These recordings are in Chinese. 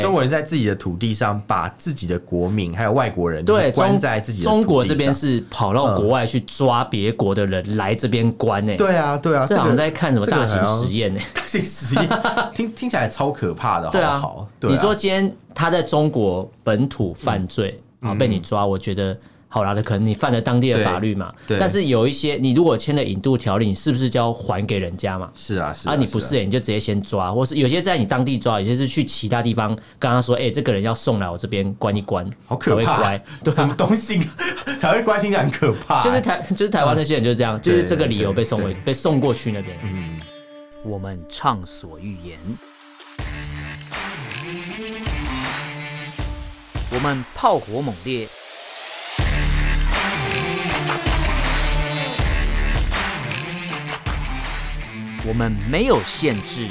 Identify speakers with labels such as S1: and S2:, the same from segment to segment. S1: 中国人在自己的土地上把自己的国民还有外国人就是
S2: 对，
S1: 关
S2: 中
S1: 在自己的
S2: 中
S1: 土
S2: 国
S1: 地
S2: 这边
S1: 上
S2: 是跑到国外去抓别国的人来这边关诶、
S1: 对啊对啊，
S2: 这好
S1: 个
S2: 像在看什么
S1: 这个
S2: 大型
S1: 好像
S2: 实验呢、欸
S1: 大型实验，听听起来超可怕的，好
S2: 对
S1: 不
S2: 啊
S1: 好？
S2: 你说今天他在中国本土犯罪
S1: 嗯
S2: 啊，被你抓，我觉得好啦，可能你犯了当地的
S1: 对
S2: 法律嘛。
S1: 嗯对
S2: 但是有一些，你如果签了引渡条例，你是不是就要还给人家嘛？
S1: 是啊是
S2: 啊，你不是、欸，你就直接先抓，或是有些在你当地抓，有些是去其他地方跟他说，哎、这个人要送来我这边关一关，
S1: 好可
S2: 才会
S1: 怕
S2: 乖
S1: 啊，
S2: 对
S1: 什么
S2: 啊。
S1: 东西才会乖？听起来很可怕、
S2: 就是台，就是台湾那些人就是这样，就是这个理由被送回
S1: 啊嗯对，
S2: 被送过去那边。嗯，我们畅所欲言，我们炮火猛烈，我们没有限制。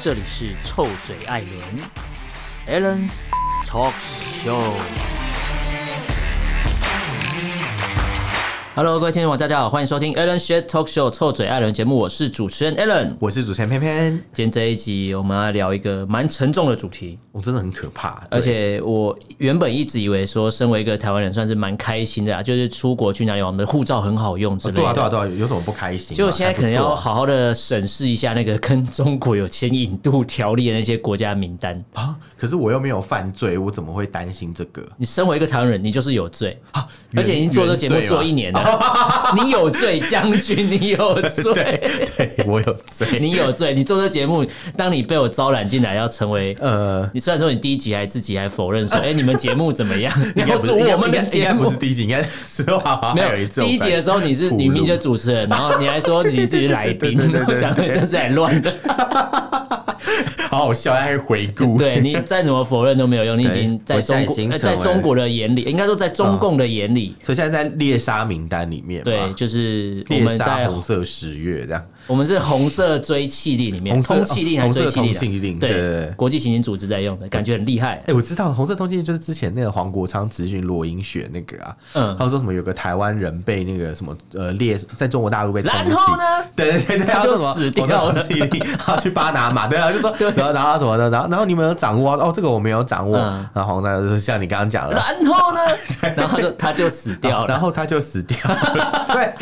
S2: 这里是臭嘴艾伦 a l l e n s Talk Show。Hello，各位听众，大家好，欢迎收听 a l l e n s Shit Talk Show 臭嘴艾伦节目，我是主持人 a l l e n
S1: 我是主持人偏偏，
S2: 今天这一集我们要聊一个蛮沉重的主题，
S1: 我真的很可怕，对
S2: 而且我原本一直以为说，身为一个台湾人，算是蛮开心的啊，就是出国去哪里玩，我们的护照很好用之类的。
S1: 对啊对啊对啊，有有什么不开心啊？
S2: 就现在可能
S1: 还
S2: 要
S1: 不错
S2: 好好的审视一下那个跟中国有签引渡条例的那些国家名单。
S1: 啊啊，可是我又没有犯罪，我怎么会担心这个？
S2: 你身为一个台湾人，你就是有罪，
S1: 啊、
S2: 而且已经做这节目做一
S1: 年，
S2: 年了，你有罪，将军，你有罪，
S1: 对对，我有罪。
S2: 你有罪。你做这节目，当你被我招揽进来，要成为。
S1: 呃，
S2: 你虽然说你第一集还自己还否认说，哎、你们节目怎么样？然后是
S1: 应该
S2: 我
S1: 不
S2: 们
S1: 应该
S2: 的
S1: 应
S2: 节
S1: 该
S2: 目
S1: 不是第一集，应该是哇，还
S2: 没
S1: 有一
S2: 有
S1: 次我
S2: 第一集的时候你是
S1: 在
S2: 你明明就是主持人，然后你还说你自己是来
S1: 对
S2: 宾
S1: 对对对对，
S2: 我想说你这是来乱的。
S1: 好好笑，还回顾，
S2: 对你再怎么否认都没有用，你已经在
S1: 我现
S2: 中
S1: 在已经
S2: 国
S1: 成为嗯
S2: 呃在中国的眼里，应该说在中共的眼里，
S1: 所以现在在猎杀名单里面嘛，
S2: 对，就是我
S1: 啊猎
S2: 们
S1: 杀
S2: 在
S1: 红色十月这样，
S2: 我们是红色追气令里面，
S1: 红色
S2: 通气令还是追
S1: 红色
S2: 气啊
S1: 通气令对对
S2: 对
S1: 对，
S2: 国际刑警组织在用的，感觉很厉害
S1: 哎、。我知道红色通缉令就是之前那个黄国昌咨询罗英雪那个啊，
S2: 嗯
S1: 他说什么有个台湾人被那个什么呃猎在中国大陆被通缉，
S2: 然后呢？
S1: 对对对对，
S2: 他就
S1: 说什么
S2: 死掉
S1: 红色
S2: 了
S1: 通缉令，他去巴拿马，对啊，就说然后然后什么的，然后然后你们有掌握啊哦，这个我没有掌握，
S2: 嗯
S1: 然后黄山就说像你刚刚讲的。
S2: 然后呢？然后他就他就死掉
S1: 然
S2: 了，
S1: 后他就死 掉了，对，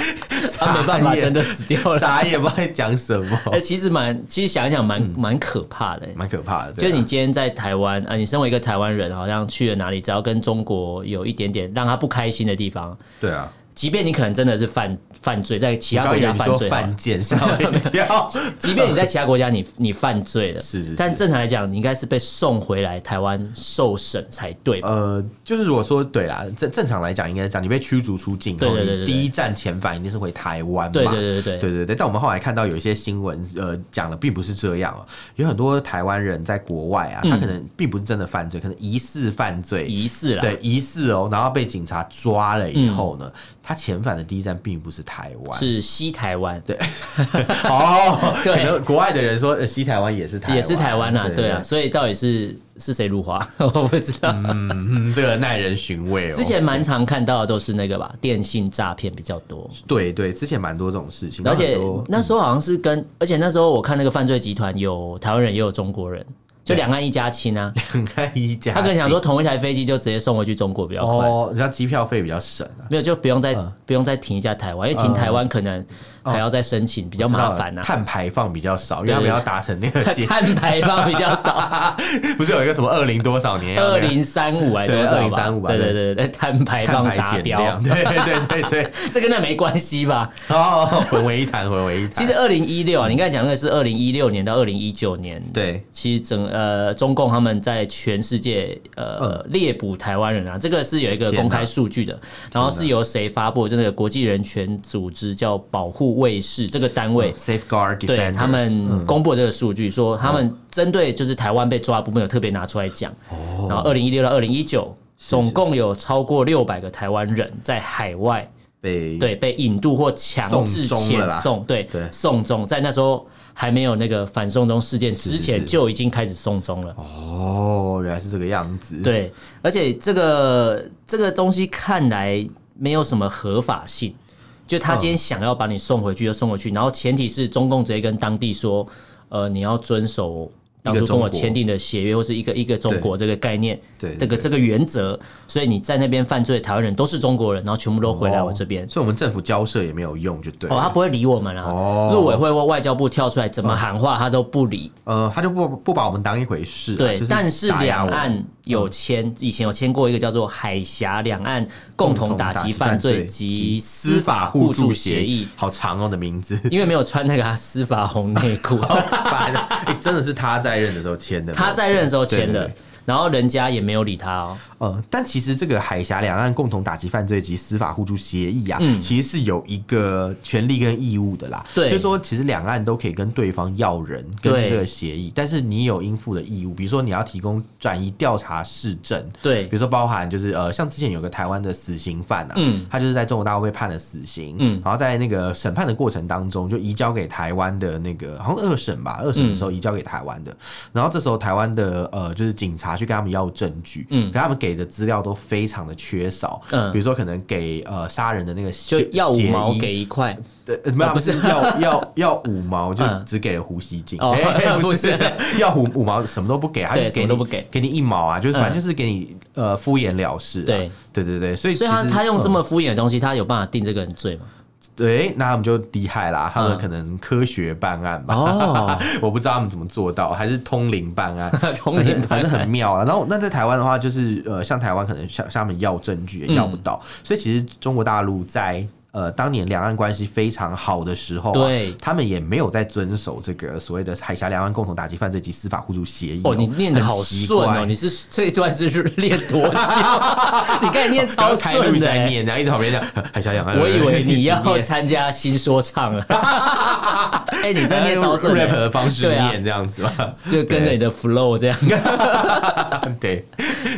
S2: 他没办法，
S1: 傻眼
S2: 真的死掉了。
S1: 啥也不知道在讲什么，
S2: 哎，其实蛮，其实想一想蛮蛮可怕的。
S1: 蛮可怕的。嗯
S2: 就
S1: 对啊
S2: 是你今天在台湾啊，你身为一个台湾人，好像去了哪里，只要跟中国有一点点让他不开心的地方，
S1: 对啊，
S2: 即便你可能真的是犯犯罪，在其
S1: 你
S2: 他
S1: 刚
S2: 国
S1: 以为
S2: 家
S1: 你
S2: 犯
S1: 说
S2: 罪啊，
S1: 犯贱，吓我一跳。
S2: 即便你在其他国家你 你犯罪了，
S1: 是是是
S2: 但正常来讲，你应该是被送回来台湾受审才对 吧？
S1: 呃，就是如果说对啦，正正常来讲应该是这样，你被驱逐出境后，
S2: 对对对对
S1: 你
S2: 对
S1: 第一站遣返一定是回台湾嘛。
S2: 对对对对对
S1: 对对对但我们后来看到有一些新闻，呃，讲的并不是这样哦、有很多台湾人在国外啊，
S2: 嗯
S1: 他可能并不是真的犯罪，可能疑似犯罪。
S2: 疑似啦，嗯
S1: 对，疑似哦，然后被警察抓了以后呢，他遣返的第一站并不是台湾，
S2: 是西台湾，对，
S1: 哦，
S2: 对
S1: 可能国外的人说呃西台湾也是台湾，
S2: 也是台湾啦，对
S1: 对
S2: 啊，，所以到底是是谁入华， 我不知道。
S1: 嗯，这个耐人寻味哦。
S2: 之前蛮常看到的都是那个吧，电信诈骗比较多，
S1: 对对，之前蛮多这种事情，
S2: 而且
S1: 然后很多
S2: 那时候好像是跟，而且那时候我看那个犯罪集团有台湾人也有中国人，就两岸一家亲啊。
S1: 很看一家，
S2: 他可能想说同一台飞机就直接送回去中国比较快，
S1: 哦，人家机票费比较省啊，
S2: 没有就不用再、不用再停一下台湾，因
S1: 嗯
S2: 为停台湾可能
S1: 哦
S2: 还要再申请，比较麻烦啊。
S1: 碳排放比较少，因为
S2: 对
S1: 他们要达成那个结，
S2: 碳排放比较少，
S1: 不是有一个什么二零多少年要
S2: 二
S1: 那个
S2: 零三五还是
S1: 对
S2: 多少吧？
S1: 2035吧
S2: 对对对对，碳排
S1: 碳
S2: 放
S1: 排
S2: 达
S1: 减
S2: 标
S1: 量，，对对对对，
S2: 这跟那没关系吧？
S1: 哦， 混为一谈，混为一谈，
S2: 其实二零一六啊，你刚才讲那个是二零一六年到二零一九年，
S1: 对。
S2: 其实整呃中共他们在全世界呃
S1: 嗯
S2: 猎捕台湾人啊，这个是有一个公开数据的，然后是由谁发布？这个国际人权组织叫保护卫士这个单位。
S1: 嗯 Safeguard
S2: 对
S1: defenders，嗯哦
S2: 他们公布了这个数据，说他们针对就是台湾被抓部分有特别拿出来讲，
S1: 哦
S2: 然后二零一六到二零一九，总共有超过六百个台湾人在海外
S1: 被
S2: 对被引渡或强制
S1: 送终了
S2: 遣
S1: 啦
S2: 送，对
S1: 对
S2: 送终，在那时候还没有那个反送中事件之
S1: 是
S2: 前
S1: 是
S2: 就已经开始送终了。
S1: 哦，原来是这个样子，，
S2: 对，而且这个这个东西看来没有什么合法性，就他今天想要把你送回去就送回去，然后前提是中共直接跟当地说，呃，你要遵守当初跟我签订的协约，或是一个一个中国这个概念，
S1: 对对
S2: 这个
S1: 对
S2: 这个原则，所以你在那边犯罪，台湾人都是中国人，然后全部都回来我这边。
S1: 所以我们政府交涉也没有用，就对了。
S2: 哦，他不会理我们
S1: 哦
S2: 啊！陆委会或外交部跳出来怎么喊话，他都不理。
S1: 呃，他就不不把我们当一回事啊、
S2: 对
S1: 就，
S2: 但是
S1: 打压
S2: 两
S1: 我们
S2: 岸有签，以前有签过一个叫做《海峡两岸嗯共同打击犯罪及司法互助协议》，
S1: 好长哦的名字，
S2: 因为没有穿那个啊司法红内 裤，
S1: 烦啊！哎真的是他在任的时候签的，
S2: 他在任的时候签
S1: 对对
S2: 的
S1: 对，
S2: 然后人家也没有理他哦。
S1: 呃，但其实这个海峡两岸共同打击犯罪及司法互助协议啊，其实是有一个权利跟义务的啦。
S2: 嗯对
S1: 就是说其实两岸都可以跟对方要人，根据
S2: 对
S1: 这个协议，但是你有应付的义务，比如说你要提供转移调查市政，
S2: 对
S1: 比如说包含就是呃，像之前有个台湾的死刑犯啊，
S2: 嗯
S1: 他就是在中国大陆被判了死刑，
S2: 嗯
S1: 然后在那个审判的过程当中，就移交给台湾的那个好像二审吧，二审的时
S2: 嗯
S1: 候移交给台湾的，然后这时候台湾的呃就是警察去跟他们要证据，嗯，可他们给的资料都非常的缺少，
S2: 嗯
S1: 比如说可能给呃杀人的那个
S2: 就
S1: 血
S2: 要五
S1: 血
S2: 毛。
S1: 衣
S2: 给一块，
S1: 对，呃没有，
S2: 啊
S1: 不
S2: 不
S1: 是
S2: 是
S1: 要 要要五毛，就
S2: 嗯
S1: 只给了胡吸镜。
S2: 哦
S1: 哎不是
S2: 不
S1: 要五五毛，什么都不给，他就
S2: 对
S1: 是给
S2: 什么都不
S1: 你
S2: 给
S1: 给你一毛啊，就是
S2: 嗯
S1: 反正就是给你呃敷衍了事啊。
S2: 对
S1: 对对对，所以
S2: 所以他
S1: 其实
S2: 他用这
S1: 嗯
S2: 么敷衍的东西，他有办法定这个人 罪吗？
S1: 对，那他们就厉害啦，他们
S2: 嗯
S1: 可能科学办案吧。
S2: 哦，
S1: 我不知道他们怎么做到，还是通灵办案，
S2: 通灵办案
S1: 反正反正很妙啊。然后那在台湾的话，就是呃，像台湾可能向向他们要证据也要不到，所以其实中国大陆在。呃，当年两岸关系非常好的时候、啊，
S2: 对
S1: 他们也没有在遵守这个所谓的《海峡两岸共同打击犯罪及司法互助协议、
S2: 哦， 你念的好
S1: 很奇
S2: 顺
S1: 怪
S2: 哦，你是这一段是练多久？ 你刚才
S1: 刚
S2: 念超
S1: 刚开路
S2: 顺的
S1: 在
S2: 欸。
S1: 念，然后一直旁边讲海峡两岸，
S2: 我以为你
S1: 一直
S2: 要
S1: 念
S2: 参加新说 唱了，哎，你在念
S1: 用
S2: 超顺
S1: rap
S2: 的，
S1: 的方式
S2: 对啊
S1: 念这样子吧。
S2: 就跟着你的 flow 这样，
S1: 对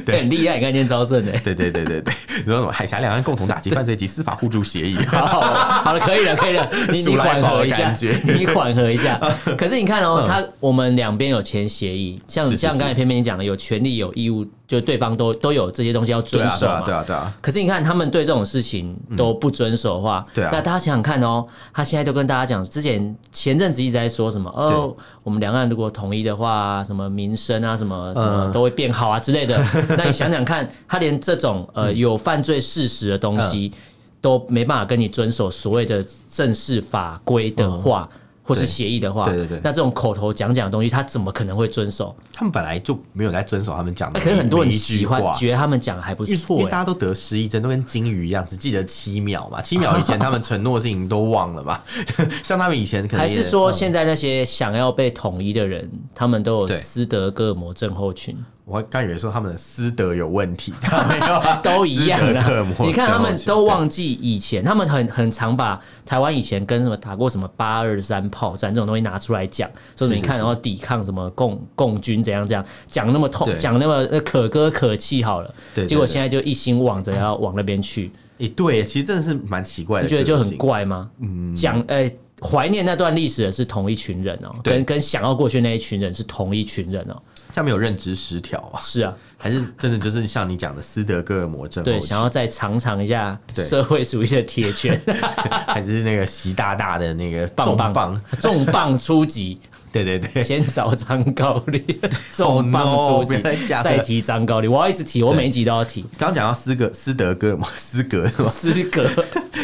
S2: 哎很厉害，你看念超顺的。
S1: 对对对对对，你说什么海峡两岸共同打击犯罪及司法互助协议？
S2: 好好好了，可以了，可以 了，你
S1: 鼠
S2: 你
S1: 来
S2: 缓
S1: 宝的
S2: 和一下
S1: 感觉， 嗯
S2: 你缓和 一下。可是你看哦，他我们两边有签协议，像
S1: 是是
S2: 像
S1: 是
S2: 刚才偏偏你讲的，有权利有义务，就对方都都有这些东西要
S1: 对
S2: 遵
S1: 啊
S2: 守
S1: 对啊对
S2: 嘛。
S1: 啊对啊，
S2: 可是你看，他们对这种事情都不遵守的话，
S1: 嗯对啊
S2: 那大家想想看哦，他现在都跟大家讲，之前前阵子一直在说什么，哦，我们两岸如果统一的话，什么民生啊，什么什么
S1: 嗯
S2: 都会变好啊之类的。 那你想想看，他连这种
S1: 嗯
S2: 呃有犯罪事实的东西都没办法跟你遵守所谓的正式法规的话。或是
S1: 对
S2: 协议的话，
S1: 嗯对对对
S2: 那这种口头讲讲的东西，他怎么可能会遵守？
S1: 他们本来就没有在遵守他们讲的
S2: 那
S1: 每，
S2: 哎可是很多人
S1: 每一句
S2: 喜欢
S1: 话，
S2: 觉得他们讲的还不
S1: 因为
S2: 错、
S1: 因
S2: 欸
S1: 为大家都得失忆症，都跟金鱼一样，只记得七秒嘛，七秒以前他们承诺的事情都忘了嘛。 像他们以嗯前可能
S2: 还
S1: 也
S2: 是说，现在那些想要被统一的人，他们都有
S1: 对
S2: 斯德哥尔摩症候群，
S1: 我刚以为说他们的私德有问题， 没有啊，
S2: 都一样
S1: 斯德克尔
S2: 啦
S1: 摩。症
S2: 你看他们都
S1: 候群
S2: 忘记以前，他们很很常把台湾以前跟什么打过什么八二三炮战这种东西拿出来讲，说什么
S1: 是
S2: 你
S1: 是
S2: 看，
S1: 是
S2: 然后抵抗什么共共军怎样怎样，讲那么痛
S1: 对，
S2: 讲那么呃可歌可泣好了
S1: 对对。
S2: 结果
S1: 对
S2: 现在就一心往着要往那边去，
S1: 对诶对，其实真的是蛮奇怪的
S2: 你
S1: 个
S2: 觉
S1: 性，
S2: 得就很怪吗？
S1: 嗯
S2: 讲呃。怀念那段历史的是同一群人哦、
S1: 对
S2: 跟跟想要过去那一群人是同一群人哦、
S1: 这样没有认知失调啊，
S2: 是啊，
S1: 还是真的就是像你讲的斯德哥尔摩症候群？
S2: 对，想要再尝尝一下
S1: 对
S2: 社会主义的铁 拳，
S1: 还是那个习大大的那个
S2: 棒
S1: 重
S2: 棒
S1: 磅，
S2: 重磅 出击，
S1: 对对对，
S2: 先扫张高丽， 重磅出击
S1: Oh no，不要讲了，
S2: 再提张高丽，我要一直提，我每一集都要提。
S1: 刚刚讲到斯格斯德哥尔摩斯格是吗？
S2: 资 格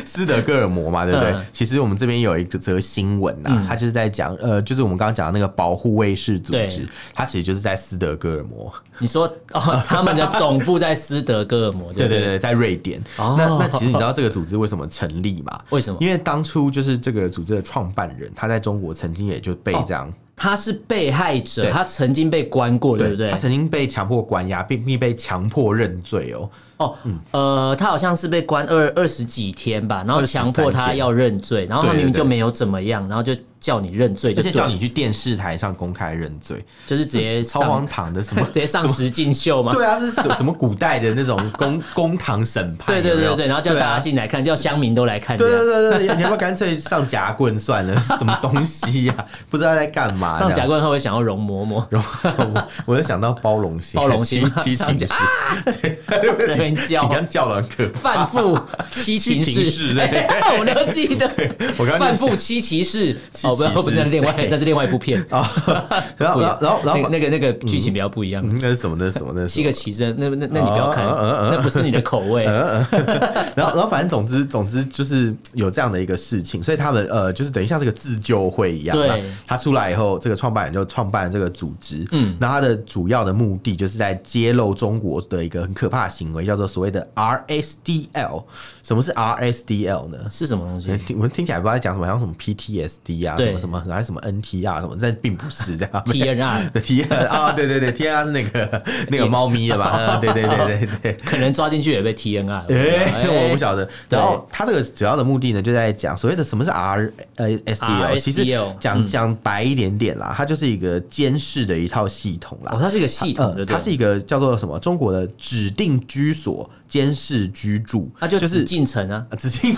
S1: 斯德哥尔摩嘛，对不对？
S2: 嗯
S1: 其实我们这边有一则新闻呐、啊，它就是在讲呃，就是我们刚刚讲的那个保护卫士组织
S2: 对，
S1: 它其实就是在斯德哥尔摩，
S2: 你说哦，他们的总部在斯德哥尔摩，对
S1: 对
S2: 不
S1: 对对，在瑞典。
S2: 哦
S1: 那那其实你知道这个组织为什么成立吗？
S2: 为什么
S1: 因为当初就是这个组织的创办人，他在中国曾经也就被这样
S2: 他是被害
S1: 对
S2: 者，他曾经被关过，哦对不对
S1: 他？曾经被强迫关押，并并被强迫认罪哦。
S2: 哦，呃，他好像是被关二二十几天吧，然后强
S1: 23
S2: 迫他
S1: 天
S2: 要认罪，然后他
S1: 对对
S2: 明明就
S1: 对
S2: 没有怎么样，然后就叫你认罪，
S1: 而
S2: 就
S1: 且
S2: 对
S1: 叫
S2: 了，
S1: 你去电视台上公开认罪，
S2: 就是直接
S1: 超
S2: 上
S1: 荒唐的什 么
S2: 直接上实境秀嘛。
S1: 对啊，是什什么古代的那种公公堂审判？
S2: 对对
S1: 有没有
S2: 对对，然后叫大家。
S1: 对啊
S2: 进来看，叫乡民都来看
S1: 对
S2: 这
S1: 对
S2: 样。
S1: 对对，你要不要干脆上夹棍算了？ 什么东西呀、不知道在干嘛。
S2: 上甲，官会会想要容嬷嬷，
S1: 然后我我就想到包容心，
S2: 包容心
S1: 七七
S2: 上
S1: 情
S2: 甲
S1: 绪，
S2: 在那边人叫
S1: 你，刚叫的很可怕。
S2: 范 富七骑
S1: 七骑
S2: 士，
S1: 士对对
S2: 哎 我都记 得。
S1: 我刚刚就
S2: 范富七骑士，
S1: 七
S2: 哦，不
S1: 骑士
S2: 不是，那 是另外
S1: 谁，
S2: 那是另外一部片。
S1: 啊， 然后然后然后然
S2: 那
S1: 后
S2: 那个那个剧情比较不一样，
S1: 嗯那是什么？那是什么？那是什
S2: 七
S1: 么
S2: 个骑士，那那那你不要看，
S1: 哦嗯嗯嗯
S2: 那不是你的口 味。
S1: 然后，然后，反正总之，总之就是有这样的一个事情，所以他们呃，就是等于像这个自救会一样。
S2: 对
S1: 那他出来以后，这个创办人就创办了这个组织。嗯，那他的主要的目的就是在揭露中国的一个很可怕的行为，叫做所谓的 RSDL。什么是 RSDL 呢？
S2: 是什么东西？
S1: 听我们听起来不知道在讲什么，好像什么 PTSD 啊，
S2: 对
S1: 什么什么，还是什么 NT 啊什么，但并不是这样。
S2: TNR
S1: 对 T N 啊，对对对，T N 是那个那个猫咪的吧？嗯对对对对对。
S2: 可能抓进去也被 TNR 了。
S1: 哎、 我不晓得。
S2: 对
S1: 然后他这个主要的目的呢，就在讲所谓的什么是 R 呃 SDL，
S2: RSDL
S1: 其实讲讲白一点点啦，它就是一个监视的一套系统
S2: 哦，
S1: 啦。
S2: 它是一个系统的，
S1: 呃，
S2: 对
S1: 它
S2: 不
S1: 是
S2: 对，
S1: 一个叫做什么中国的指定居所监视居住，
S2: 它就
S1: 就
S2: 紫
S1: 是
S2: 禁城啊，
S1: 啊 指定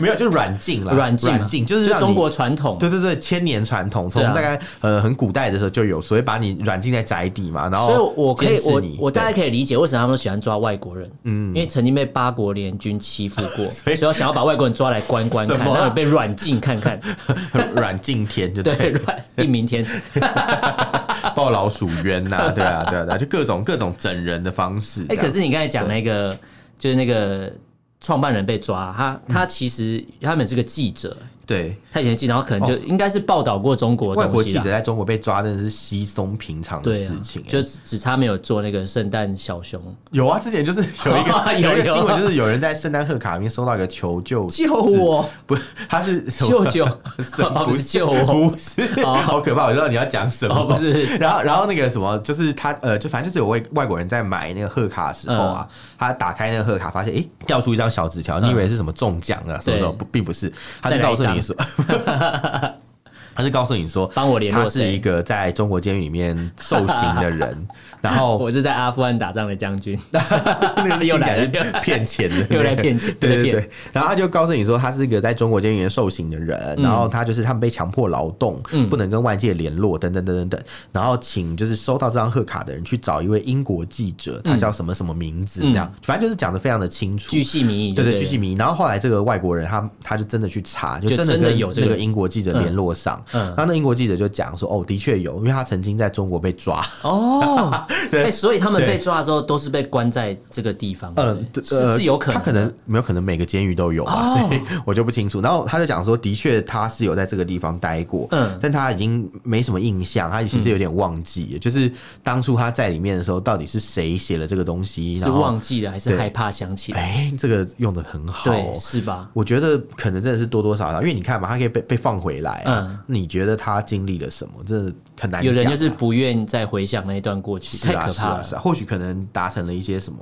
S1: 没有，就是软禁啦，
S2: 软禁嘛，
S1: 就是
S2: 就
S1: 让你
S2: 中国传统。
S1: 对对对千年传统，从
S2: 对啊
S1: 大概、呃很古代的时候就有，所以把你软禁在宅邸嘛，然后
S2: 所以我可以
S1: 哦监视
S2: 我
S1: 你
S2: 我大
S1: 对
S2: 概可以理解为什么他们都喜欢抓外国人，嗯，因为曾经被八国联军欺负 过，所以想要把外国人抓来关关看，
S1: 什么啊
S2: 然后被软禁看 看，
S1: 软禁天就对
S2: 对，
S1: 了。
S2: 软一明 天
S1: 抱老鼠冤呐、 对啊，对啊，对啊，就各种各种整人的方式。
S2: 哎、
S1: 这样
S2: 可是你刚才讲那个，就是那个创办人被抓，
S1: 嗯
S2: 他他其实、他们是个记者，
S1: 对
S2: 他以前记者，然后可能就、应该是报道过中国
S1: 哦
S2: 的
S1: 外
S2: 东
S1: 国
S2: 西
S1: 记
S2: 啦
S1: 者在中国被抓，真的是稀松平常的
S2: 对啊
S1: 事情、哎
S2: 就只只差没有做那个圣诞小熊，
S1: 有啊，之前 就是有一个
S2: 有
S1: 有一个
S2: 有
S1: 新闻，就是有人在圣诞贺卡里面收到一个求救，
S2: 救我，
S1: 不，他是什
S2: 救
S1: 么
S2: 救，
S1: 什 么
S2: 哦
S1: 不
S2: 不
S1: 是
S2: 是救 我，哦
S1: 不是，好可怕！我知道你要讲什么，
S2: 哦不是
S1: 然后，然后那个什么，就是他呃，就反正就是有外外国人在买那个贺卡的时候啊，
S2: 嗯
S1: 他打开那个贺卡，发现诶掉出一张小纸条，你以为是什么中奖啊？什么什么？
S2: 对
S1: 不，并不是，他
S2: 再
S1: 是
S2: 来
S1: 告
S2: 一
S1: 诉
S2: 张
S1: 你说， 他是告诉你说，
S2: 帮我联
S1: 他
S2: 络
S1: 是一
S2: 谁？
S1: 个在中国监狱里面受刑的人，然后
S2: 我是在阿富汗打仗的将军，
S1: 哦 那个
S2: 又来了
S1: 听起是骗钱的，
S2: 又来骗钱
S1: 对
S2: 又来
S1: 对
S2: 骗
S1: 对。然后他就告诉你说，他是一个在中国监狱里面受刑的人，然后他就是他们被强迫劳动，
S2: 嗯
S1: 不能跟外界联络，等等等等等。然后请就是收到这张贺卡的人去找一位英国记者，他叫什么什么名字，这样，反正就是讲的非常的清楚
S2: 巨。细靡遗，
S1: 对
S2: 嗯
S1: 对，
S2: 对了
S1: 巨细迷。然后后来这个外国人他他就真的去查，就
S2: 就
S1: 真的
S2: 真的
S1: 跟
S2: 有这
S1: 那
S2: 个
S1: 个英国记者联络上。
S2: 嗯嗯
S1: 然后那英国记者就讲说，哦，的确有，因为他曾经在中国被抓。
S2: 哦，
S1: 对
S2: 哎，所以他们
S1: 对
S2: 被抓的时候都是被关在这个地方，
S1: 呃
S2: 对不，对
S1: 对
S2: 是
S1: 呃
S2: 是有可能
S1: 他可
S2: 的，
S1: 能没有可能每个监狱都有吧，
S2: 哦
S1: 所以我就不清楚。然后他就讲说，的确他是有在这个地方待过，
S2: 嗯
S1: 但他已经没什么印象，他其实有点忘记了，就是当初他在里面的时候，到底是谁写了这个东西，
S2: 是
S1: 然后
S2: 忘记了还是
S1: 哦对
S2: 害怕想起来？
S1: 哎，这个用的很好哦、
S2: 对，是吧？
S1: 我觉得可能真的是多多少少，因为你看嘛，他可以被被放回来、啊
S2: 嗯，
S1: 你觉得他经历了什么？真的很难讲啊。
S2: 有人就是不愿再回想那一段过去，
S1: 是
S2: 太
S1: 啊
S2: 可
S1: 是
S2: 怕
S1: 啊
S2: 了
S1: 是。啊，或许可能达成了一些什么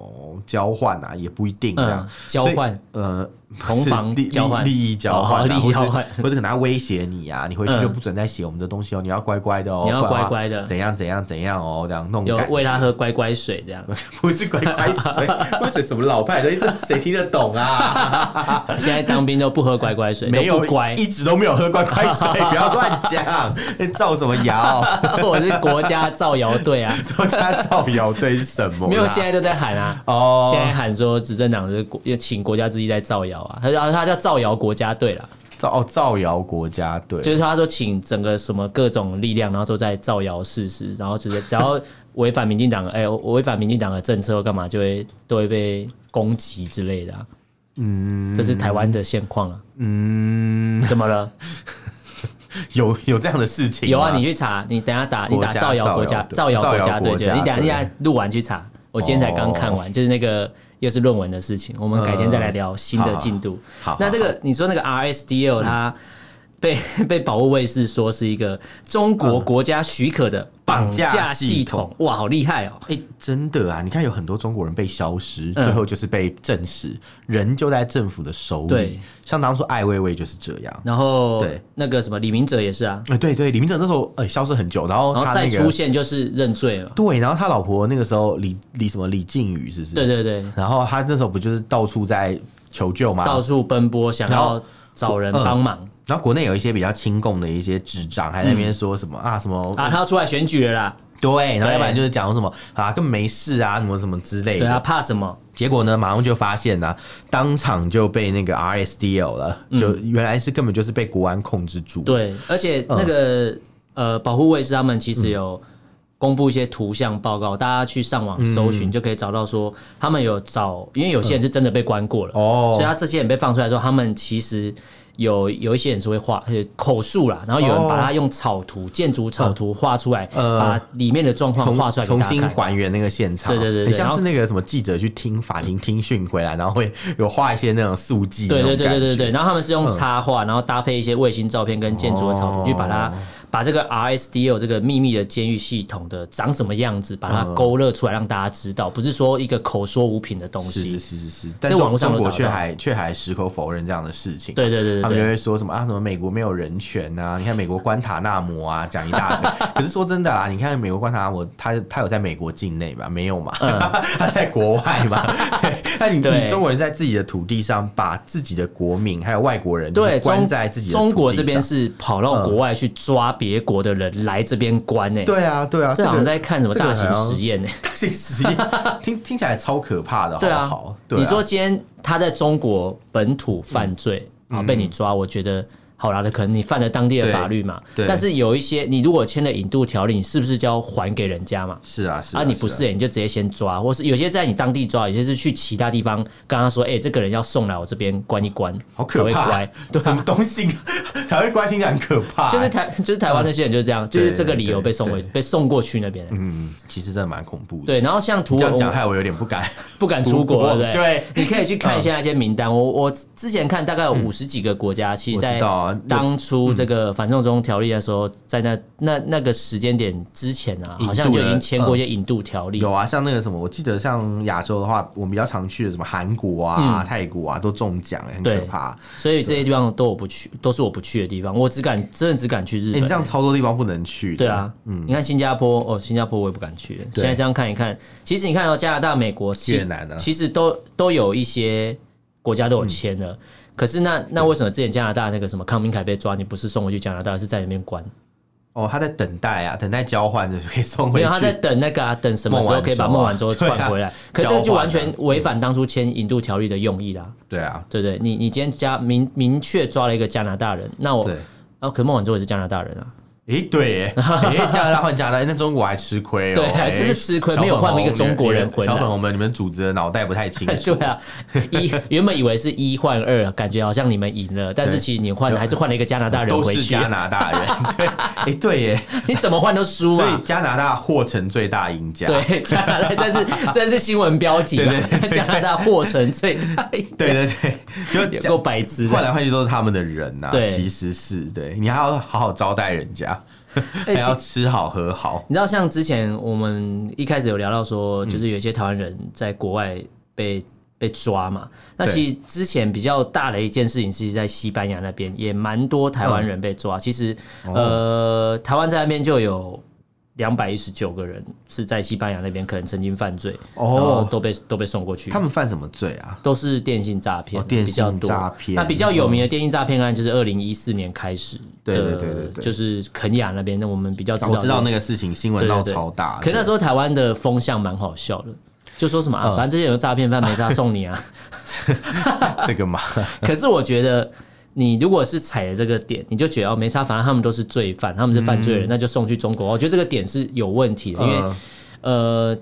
S1: 交换啊，也不一定这样
S2: 嗯。，交
S1: 所以
S2: 换
S1: 呃，
S2: 同房
S1: 是利
S2: 交换
S1: 利利益交换啊，
S2: 哦利益
S1: 或是
S2: 交换
S1: 或者可能他威胁你啊，你回去
S2: 嗯
S1: 就不准再写我们的东西哦，你要乖乖的哦，
S2: 你要
S1: 不然话
S2: 乖乖的
S1: 怎样怎样怎样哦，这样弄
S2: 有
S1: 感
S2: 喂他
S1: 觉，
S2: 喝乖乖水这样，
S1: 不是乖乖水，乖水什么老派的，这谁听得懂啊？
S2: 现在当兵都不喝乖乖水，
S1: 没
S2: 都
S1: 有
S2: 不乖。
S1: 一直都没有喝乖乖水，不要乱讲，那造什么谣？
S2: 我是国家造谣队啊，
S1: 国家造谣对是什哦么啦？
S2: 没有，现在都在喊啊。
S1: 哦，
S2: 现在喊说执政党是国，请国家之力在造谣啊，他然后他叫造谣国家队啦，
S1: 造哦造谣国家队，
S2: 就是他说请整个什么各种力量，然后都在造谣事实，然后直接 只要违反民进党，哎、违反民进党的政策或干嘛，就会都会被攻击之类的、啊。嗯，这是台湾的现况啊。嗯，怎么了？
S1: 有有这样的事情吗？
S2: 有啊，你去查，你等一下打你
S1: 国
S2: 打
S1: 家
S2: 造谣国家
S1: 造
S2: 造
S1: 谣国
S2: 谣国家队，
S1: 造
S2: 就
S1: 谣国家
S2: 你
S1: 对
S2: 等一下你等一下录完去查。我今天才刚看完，就是那个又是论文的事情，我们改天再来聊新的进度。
S1: 好，嗯
S2: 那这个你说那个 RSDL 它被 被保护卫士说是一个中国
S1: 嗯
S2: 国家许可的绑架系统，哇，好厉害哦！
S1: 哎、真的啊！你看，有很多中国人被消失，
S2: 嗯
S1: 最后就是被证实，人就在政府的手里
S2: 对。
S1: 像当初艾薇薇就是这样。
S2: 然后
S1: 对
S2: 那个什么李明哲也是啊，
S1: 哎、对对，李明哲那时候呃、消失很久，然后
S2: 然
S1: 他
S2: 后再
S1: 那
S2: 出
S1: 个
S2: 现就是认罪了，
S1: 对，然后他老婆那个时候李李什么李靖宇是不是？
S2: 对对对，
S1: 然后他那时候不就是到处在求救吗？
S2: 到处奔波想
S1: 然后嗯
S2: 要找人帮忙
S1: 然后国内有一些比较亲共的一些智障，还在那边说什么、啊什么
S2: 啊，他要出来选举了啦，
S1: 对，然后
S2: 对
S1: 要不然就是讲什么啊，根本没事啊，什么什么之类
S2: 对啊，
S1: 的。
S2: 怕什么？
S1: 结果呢，马上就发现呢、当场就被那个 RSDL 了，就原来是根本就是被国安控制住。
S2: 对，而且
S1: 嗯
S2: 那个、呃，保护卫士他们其实有公布一些图像报告，大家去上网搜
S1: 嗯
S2: 寻就可以找到说，他们有找，因为有些人是真的被关过了，
S1: 哦
S2: 所以他这些人被放出来之后，他们其实。有有一些人是会画呃口述啦，然后有人把它用草图、建筑草图画出来，
S1: 呃
S2: 把里面的状况画
S1: 重
S2: 出
S1: 重
S2: 来给大家
S1: 新
S2: 看。
S1: 还原那个现场，
S2: 对对对对
S1: 很像
S2: 然后
S1: 是那个什么记者去听法庭听讯回来，然后会有画一些那种嗯速记，
S2: 对对对对对对，
S1: 对，
S2: 然后他们是用插画，然后搭配一些卫星照片跟建筑的草图，
S1: 哦
S2: 去把它把这个 RSDO 这个秘密的监狱系统的长什么样子，把它勾勒出来让大家知道，不是说一个口说无凭的东
S1: 是是
S2: 西。
S1: 是是是，但
S2: 这网
S1: 中
S2: 络上
S1: 中
S2: 都
S1: 国
S2: 找
S1: 却
S2: 到
S1: 还却还矢口否认这样的事情，
S2: 对对对
S1: 他
S2: 对
S1: 们就
S2: 对，
S1: 会说什么啊，什么美国没有人权啊， 你看美国关塔纳摩啊，讲一大 堆。可是说真的啦，你看美国关塔纳摩，他他有在美国境内吧？没有嘛， 他在国外 嘛。 对那你
S2: 嗯对
S1: 你中国人在自己的土地上，把自己的国民还有外国人就是
S2: 对
S1: 关
S2: 中
S1: 在自己的
S2: 中国
S1: 土地
S2: 这边
S1: 上
S2: 是跑到国外去抓别国的人来这边关呢，
S1: 对啊对啊，
S2: 这好
S1: 个
S2: 像在看什么
S1: 这个
S2: 大型
S1: 好像
S2: 实验欸呢。
S1: 大型实验，听听起来超可怕的，
S2: 对
S1: 好
S2: 啊
S1: 不好？对啊，
S2: 你说今天他在中国本土犯罪
S1: 嗯
S2: 啊，被你抓，我觉得好啦，可能你犯了当地的法律嘛。
S1: 嗯对对
S2: 但是有一些，你如果签了引渡条例，你是不是就要还给人家嘛？
S1: 是啊是
S2: 啊，你不
S1: 啊
S2: 是、欸，你就直接先抓，或是有些在你当地抓，有些是去其他地方跟他说，哎、这个人要送来我这边关一关，
S1: 好可
S2: 才会
S1: 怕
S2: 乖， 对
S1: 什
S2: 啊
S1: 么东西才会关？听起来很可怕、哎
S2: 就是台 就是台湾那些人就是这样，就是这个理由被送回
S1: 对对
S2: 被送过去那边、
S1: 嗯，其实真的蛮恐怖的。
S2: 对，然后像图
S1: 你这
S2: 文
S1: 样讲害我有点不敢
S2: 不敢出国，对不对？
S1: 对，嗯
S2: 你可以去看一下那些名单。我我之前看大概有五十几个国家，其实
S1: 我知
S2: 在
S1: 道啊嗯
S2: 当初这个反送中条例的时候，在那那那个时间点之前啊，
S1: 引渡
S2: 好像就已
S1: 的嗯
S2: 经签过一些引渡条例
S1: 有。啊，像那个什么，我记得像亚洲的话，我们比较常去的什么韩国啊、泰国啊，都中奖、欸，很可
S2: 嗯对
S1: 怕。
S2: 所以这些地方都我不去，都是我不去的地方。我只敢真的只敢去日
S1: 哎、你
S2: 本
S1: 这。样超多地方不能去。
S2: 对，啊，你看新加坡哦，新加坡我也不敢去。
S1: 嗯对
S2: 现在这样看一看，其实你看到、哦加拿大、美国、其
S1: 越南啊
S2: 其实都都有一些国家都有签
S1: 嗯
S2: 了。可是那那为什么之前加拿大那个什么康明凯被抓，你不是送回去加拿大，是在里面关？
S1: 哦，他在等待啊，等待交换的可以送回
S2: 没
S1: 去。
S2: 有，他在等那个、啊、等什么时候可以把孟晚舟
S1: 孟晚舟啊
S2: 串 回来。可
S1: 对啊
S2: 是这就完
S1: 交
S2: 全
S1: 换
S2: 违反当初签引渡条例的用意啦，
S1: 对啊，
S2: 对不对？你你今天加明明确抓了一个加拿大人，那我
S1: 对。
S2: 啊，可孟晚舟也是加拿大人啊，
S1: 诶、对、欸，诶、加拿大换加拿大，那中国还吃亏哦、
S2: 对还
S1: 欸
S2: 真是吃亏
S1: 小
S2: 没有
S1: 粉
S2: 换一个
S1: 红
S2: 中国人
S1: 你们
S2: 回来
S1: 小粉红们，你们组织的脑袋不太清楚
S2: 对。啊，一原本以为是一换二，感觉好像你们赢了，但是
S1: 对
S2: 其实你换还是换了一个加拿大人
S1: 都
S2: 回
S1: 是
S2: 去，
S1: 加拿大人，对，哎、对耶，
S2: 你怎么换都输
S1: 所以
S2: 啊。
S1: 加拿大获成最大赢家，
S2: 对， 加拿大，这是这是新闻标题嘛
S1: 对对对？对
S2: 加拿大获成最大赢家，
S1: 对对对，就
S2: 有
S1: 加
S2: 够白痴的
S1: 换。来换去都是他们的人呐、
S2: 对
S1: 其实是对你还要好好招待人家，还
S2: 哎
S1: 要吃好喝好，
S2: 你知道，像之前我们一开始有聊到说，就是有一些台湾人在国外被、被抓嘛。那
S1: 对
S2: 其实之前比较大的一件事情是在西班牙那边，也蛮多台湾人被抓。其实，
S1: 哦
S2: 呃，台湾在那边就有。两百一十九个人是在西班牙那边可能曾经犯罪，
S1: 哦
S2: 然后都被都被送过去。
S1: 他们犯什么罪啊？
S2: 都是电信诈骗，
S1: 哦电信
S2: 比较多
S1: 诈骗
S2: 那比较有名的电信诈骗案就是二零一四年开始的，
S1: 对对对对对
S2: 就是肯雅那边，那我们比较知道
S1: 我
S2: 的，
S1: 知道那个事情新闻
S2: 对对
S1: 闹
S2: 对
S1: 超大，
S2: 啊可是那时候台湾的风向蛮好笑的，就说什么啊，
S1: 嗯
S2: 反正这些有诈骗犯没啥 送你啊。
S1: 候这个嘛，
S2: 可是我觉得。你如果是踩了这个点，你就觉得哦没差，反正他们都是罪犯，他们是犯罪人，那就送去中国。我觉得这个点是有问题的， 因为、
S1: 嗯
S2: 呃，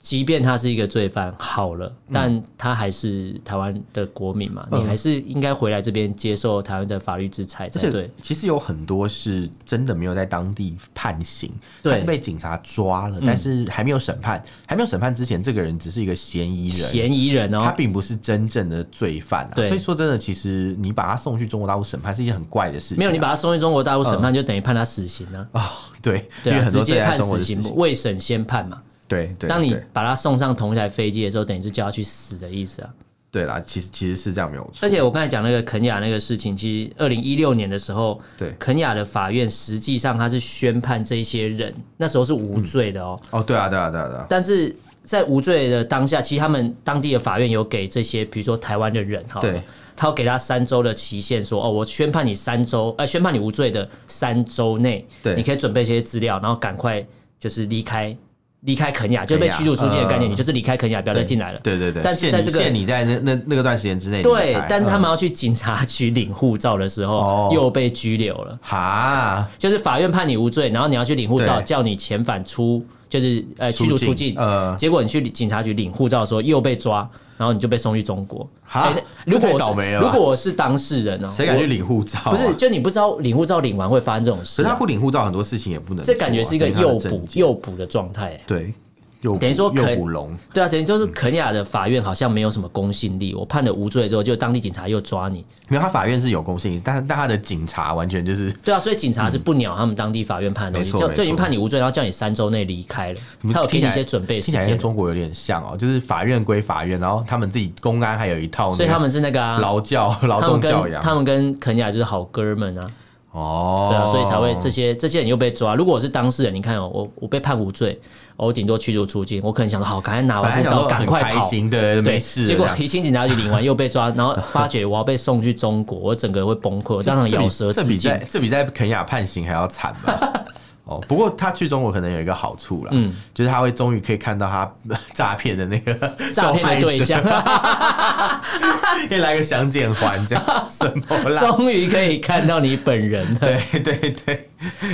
S2: 即便他是一个罪犯，好了，
S1: 嗯
S2: 但他还是台湾的国民嘛，你还是应该回来这边接受台湾的法律制裁
S1: 而
S2: 才对
S1: 且。其实有很多是真的没有在当地判刑，
S2: 对嗯
S1: 他是被警察抓了，但是还没有审判，还没有审判之前，这个人只是一个嫌疑人，
S2: 嫌疑人
S1: 他
S2: 哦，
S1: 并不是真正的罪犯啊。
S2: 对
S1: 所以说真的，其实你把他送去中国大陆审判是一件很怪的事情啊、
S2: 没有你把他送去中国大陆审判，就等于判他死刑啊。
S1: 哦， 对，
S2: 对
S1: 嗯因为
S2: 啊，
S1: 很多
S2: 直
S1: 罪
S2: 接
S1: 在
S2: 判
S1: 中国
S2: 死
S1: 的事
S2: 刑，
S1: 情，
S2: 未审先判嘛。
S1: 对对。
S2: 当你
S1: 对
S2: 把他送上同一台飞机的时候，等于是叫他去死的意思啊。
S1: 对啦，其实其实是这样没有错
S2: 而。且我刚才讲那个肯雅那个事情，其实二零一六年的时候，
S1: 对
S2: 肯雅的法院实际上他是宣判这些人那时候是无罪的哦，
S1: 哦，对啊，对啊，对啊，对啊，
S2: 但是在无罪的当下，其实他们当地的法院有给这些，比如说台湾的人哈，
S1: 对，
S2: 他有给他三周的期限说哦，我宣判你三周，呃，宣判你无罪的三周内，
S1: 对
S2: 你可以准备一些资料，然后赶快。就是离开离开肯亚，就被驱逐出境的概
S1: 嗯
S2: 念，你就是离开肯亚，不要再进来了。
S1: 对对对，
S2: 但是
S1: 限
S2: 在
S1: 你
S2: 这个
S1: 限你在那那那个段时间之内离
S2: 对
S1: 开，
S2: 但是他
S1: 嗯
S2: 们要去警察局领护照的时候，
S1: 哦
S2: 又被拘留了。
S1: 哈，
S2: 就是法院判你无罪，然后你要去领护照，
S1: 对
S2: 叫你遣返出，就是呃驱逐出境。
S1: 呃，
S2: 结果你去警察局领护照的时候又被抓，然后你就被送去中国。
S1: 哈
S2: 哎那如果
S1: 这太
S2: 我
S1: 倒
S2: 是
S1: 霉了吧
S2: 如果我是当事人哦、
S1: 谁敢去
S2: 我？
S1: 领护照啊？
S2: 不是，就你不知道领护照领完会发生这种
S1: 可是
S2: 事啊、
S1: 他不领护照，很多事情也不能做
S2: 这
S1: 啊。
S2: 感觉是一个
S1: 等于他的
S2: 诱
S1: 证
S2: 捕
S1: 件
S2: 诱捕的状态、
S1: 对，诱捕
S2: 等于说
S1: 诱
S2: 可
S1: 捕龙，
S2: 对啊，等于就是
S1: 嗯
S2: 肯雅的法院好像没有什么公信力。我判了无罪之后，就当地警察又抓你。
S1: 没有他法院是有公信力，但但他的警察完全就是
S2: 对啊，所以警察是不鸟他们当地法院判的东西，
S1: 嗯没错
S2: 就
S1: 没错
S2: 就已经判你无罪，然后叫你三周内离开了。他有给你一些准备时
S1: 听起来跟
S2: 间，
S1: 中国有点像哦，就是法院归法院，然后他们自己公安还有一套那个，
S2: 所以他们是那个啊，
S1: 劳教劳
S2: 他们
S1: 动教
S2: 跟
S1: 养，
S2: 他们跟肯雅就是好哥们啊，
S1: 哦，
S2: 对啊，所以才会这些这些人又被抓。如果我是当事人，你看哦，我我被判无罪，哦我顶多驱逐出境，我可能想说好，赶快拿
S1: 本
S2: 完
S1: 来
S2: 护
S1: 想
S2: 照，
S1: 说
S2: 赶
S1: 很
S2: 快
S1: 开
S2: 跑。
S1: 心，对，
S2: 对，
S1: 没事，
S2: 结果
S1: 这样
S2: 提醒警察局领完又被抓，然后发觉我要被送去中国，我整个人会崩溃，我当场
S1: 这
S2: 嗯咬
S1: 比
S2: 舌
S1: 这
S2: 自
S1: 比
S2: 尽
S1: 在。这比在肯雅判刑还要惨 吧？哦，不过他去中国可能有一个好处啦，
S2: 嗯
S1: 就是他会终于可以看到他 诈骗的那个
S2: 诈骗的对 象
S1: 受害者，可以来个相见欢这样， 什么啦？
S2: 终于可以看到你本人了。
S1: 对对对，